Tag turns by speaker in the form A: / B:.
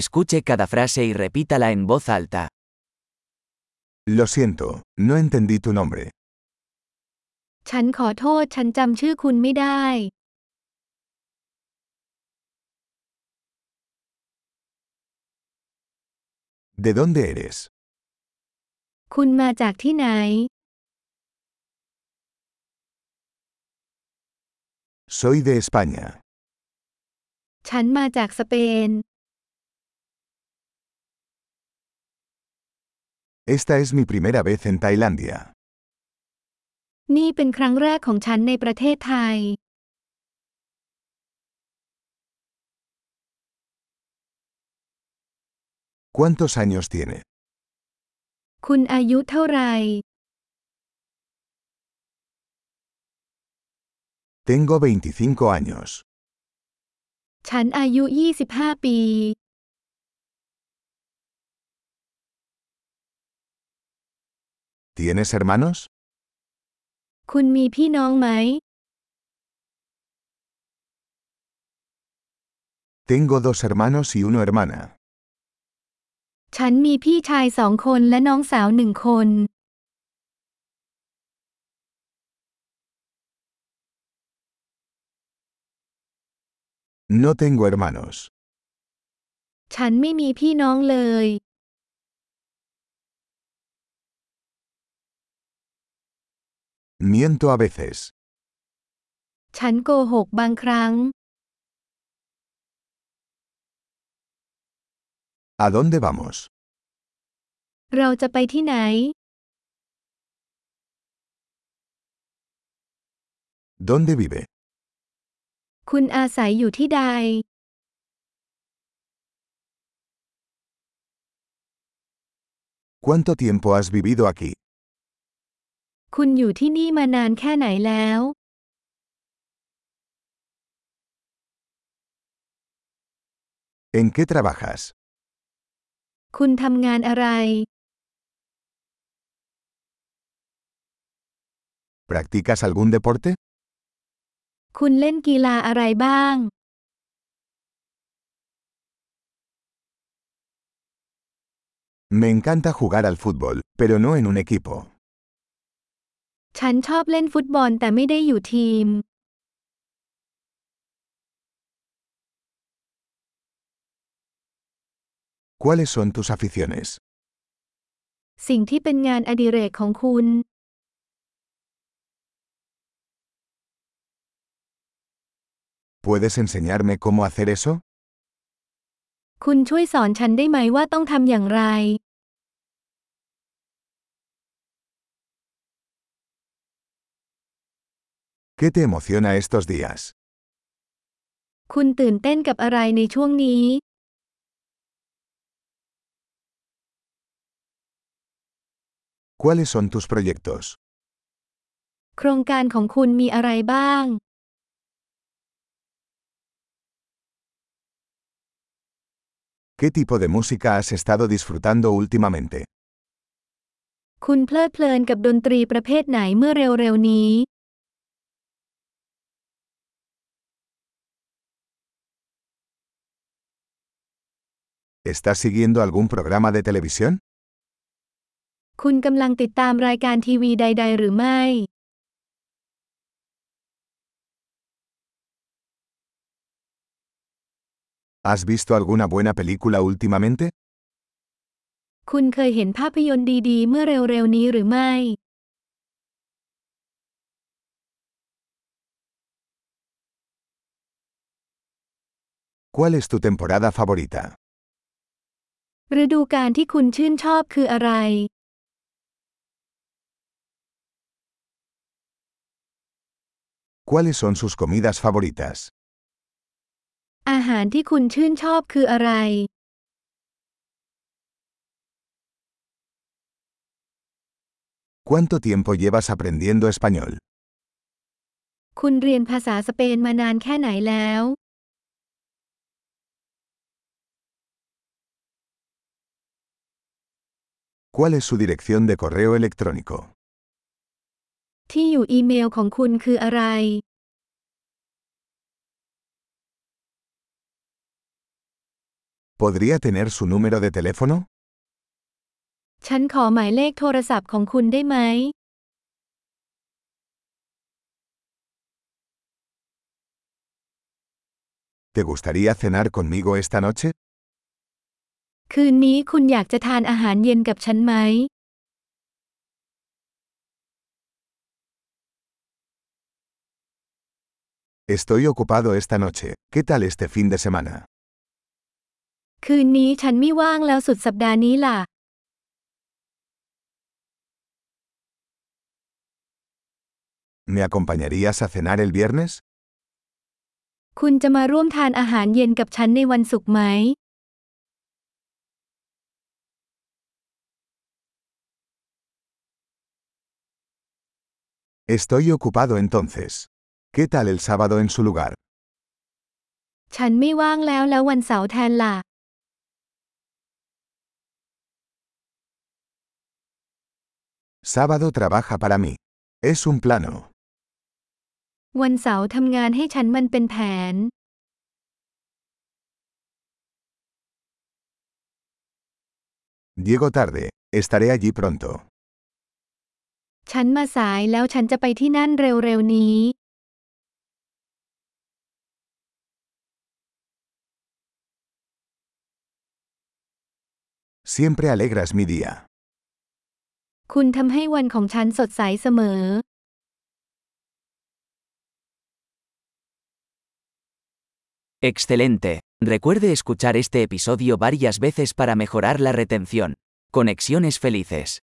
A: Escuche cada frase y repítala en voz alta.
B: Lo siento, no entendí tu nombre.
C: ฉันขอโทษฉันจำชื่อคุณไม่ได้
B: ¿De dónde eres?
C: คุณมาจากที่ไหน
B: Soy de España.
C: ฉันมาจากสเปน
B: Esta es mi primera vez en Tailandia.
C: นี่เป็นครั้งแรกของฉันในประเทศไทย
B: ¿Cuántos años tiene?
C: คุณอายุเท่าไหร่
B: Tengo 25 años.
C: ฉันอายุ 25 ปี
B: ¿Tienes hermanos?
C: คุณมีพี่น้องไหม
B: Tengo dos hermanos y una hermana.
C: ฉันมีพี่ชายสองคนและน้องสาวหนึ่งคน
B: No tengo hermanos.
C: ฉันไม่มีพี่น้องเลย
B: Miento a veces.
C: ฉันโกหกบางครั้ง
B: ¿A dónde vamos?
C: เราจะไปที่ไหน
B: ¿Dónde vive?
C: คุณอาศัยอยู่ที่ใด
B: ¿Cuánto tiempo has vivido aquí?
C: คุณอยู่ที่นี่มานานแค่ไหนแล้ว
B: ¿En qué trabajas?
C: คุณทำงานอะไร
B: ¿Practicas algún deporte?
C: คุณเล่นกีฬาอะไรบ้าง
B: Me encanta jugar al fútbol, pero no en un equipo.
C: ฉันชอบเล่นฟุตบอลแต่ไม่ได้อยู่ทีม
B: ¿Cuáles son tus aficiones?
C: สิ่งที่เป็นงานอดิเรกของคุณ
B: ¿Puedes enseñarme cómo hacer eso?
C: คุณช่วยสอนฉันได้ไหมว่าต้องทำอย่างไร
B: ¿Qué te emociona estos días?
C: คุณตื่นเต้นกับอะไรในช่วงนี้
B: ¿Cuáles son tus proyectos?
C: โครงการของคุณมีอะไรบ้าง
B: ¿Qué tipo de música has estado disfrutando últimamente?
C: คุณเพลิดเพลินกับดนตรีประเภทไหนเมื่อเร็วๆนี้
B: ¿Estás siguiendo algún programa de televisión?
C: คุณกำลังติดตามรายการทีวีใด ๆ หรือไม่
B: ¿Has visto alguna buena película últimamente?
C: คุณเคยเห็นภาพยนตร์ดีๆ เมื่อเร็วๆนี้หรือไม่
B: ¿Cuál es tu temporada favorita?
C: ฤดูกาลที่คุณชื่นชอบคืออะไร
B: ¿Cuáles son sus comidas favoritas?
C: อาหารที่คุณชื่นชอบคืออะไร
B: ¿Cuánto tiempo llevas aprendiendo español?
C: คุณเรียนภาษาสเปนมานานแค่ไหนแล้ว
B: ¿Cuál es su dirección de correo electrónico?
C: ที่อยู่อีเมลของคุณคืออะไร
B: ¿Podría tener su número de teléfono?
C: ฉันขอหมายเลขโทรศัพท์ของคุณได้ไหม
B: ¿Te gustaría cenar conmigo esta noche?
C: คืนนี้คุณอยากจะทานอาหารเย็นกับฉันไหม
B: Estoy ocupado esta noche. ¿Qué tal este fin de semana?
C: คืนนี้ฉันไม่ว่างแล้วสุดสัปดาห์นี้ล่ะ
B: ¿Me acompañarías a cenar el viernes?
C: คุณจะมาร่วมทานอาหารเย็นกับฉันในวันศุกร์ไหม
B: Estoy ocupado entonces. ¿Qué tal el sábado en su lugar?
C: ฉันไม่ว่างแล้วแล้ววันเสาร์แทนล่ะ
B: Sábado trabaja para mí. Es un plano.
C: วันเสาร์ทำงานให้ฉันมันเป็นแผน
B: Llego tarde. Estaré allí pronto.
C: ฉันมาสายแล้วฉันจะไปที่นั่นเร็วๆนี้
B: Siempre alegras mi día.
C: คุณทำให้วันของฉันสดใสเสมอ
A: Excelente. Recuerde escuchar este episodio varias veces para mejorar la retención. Conexiones felices.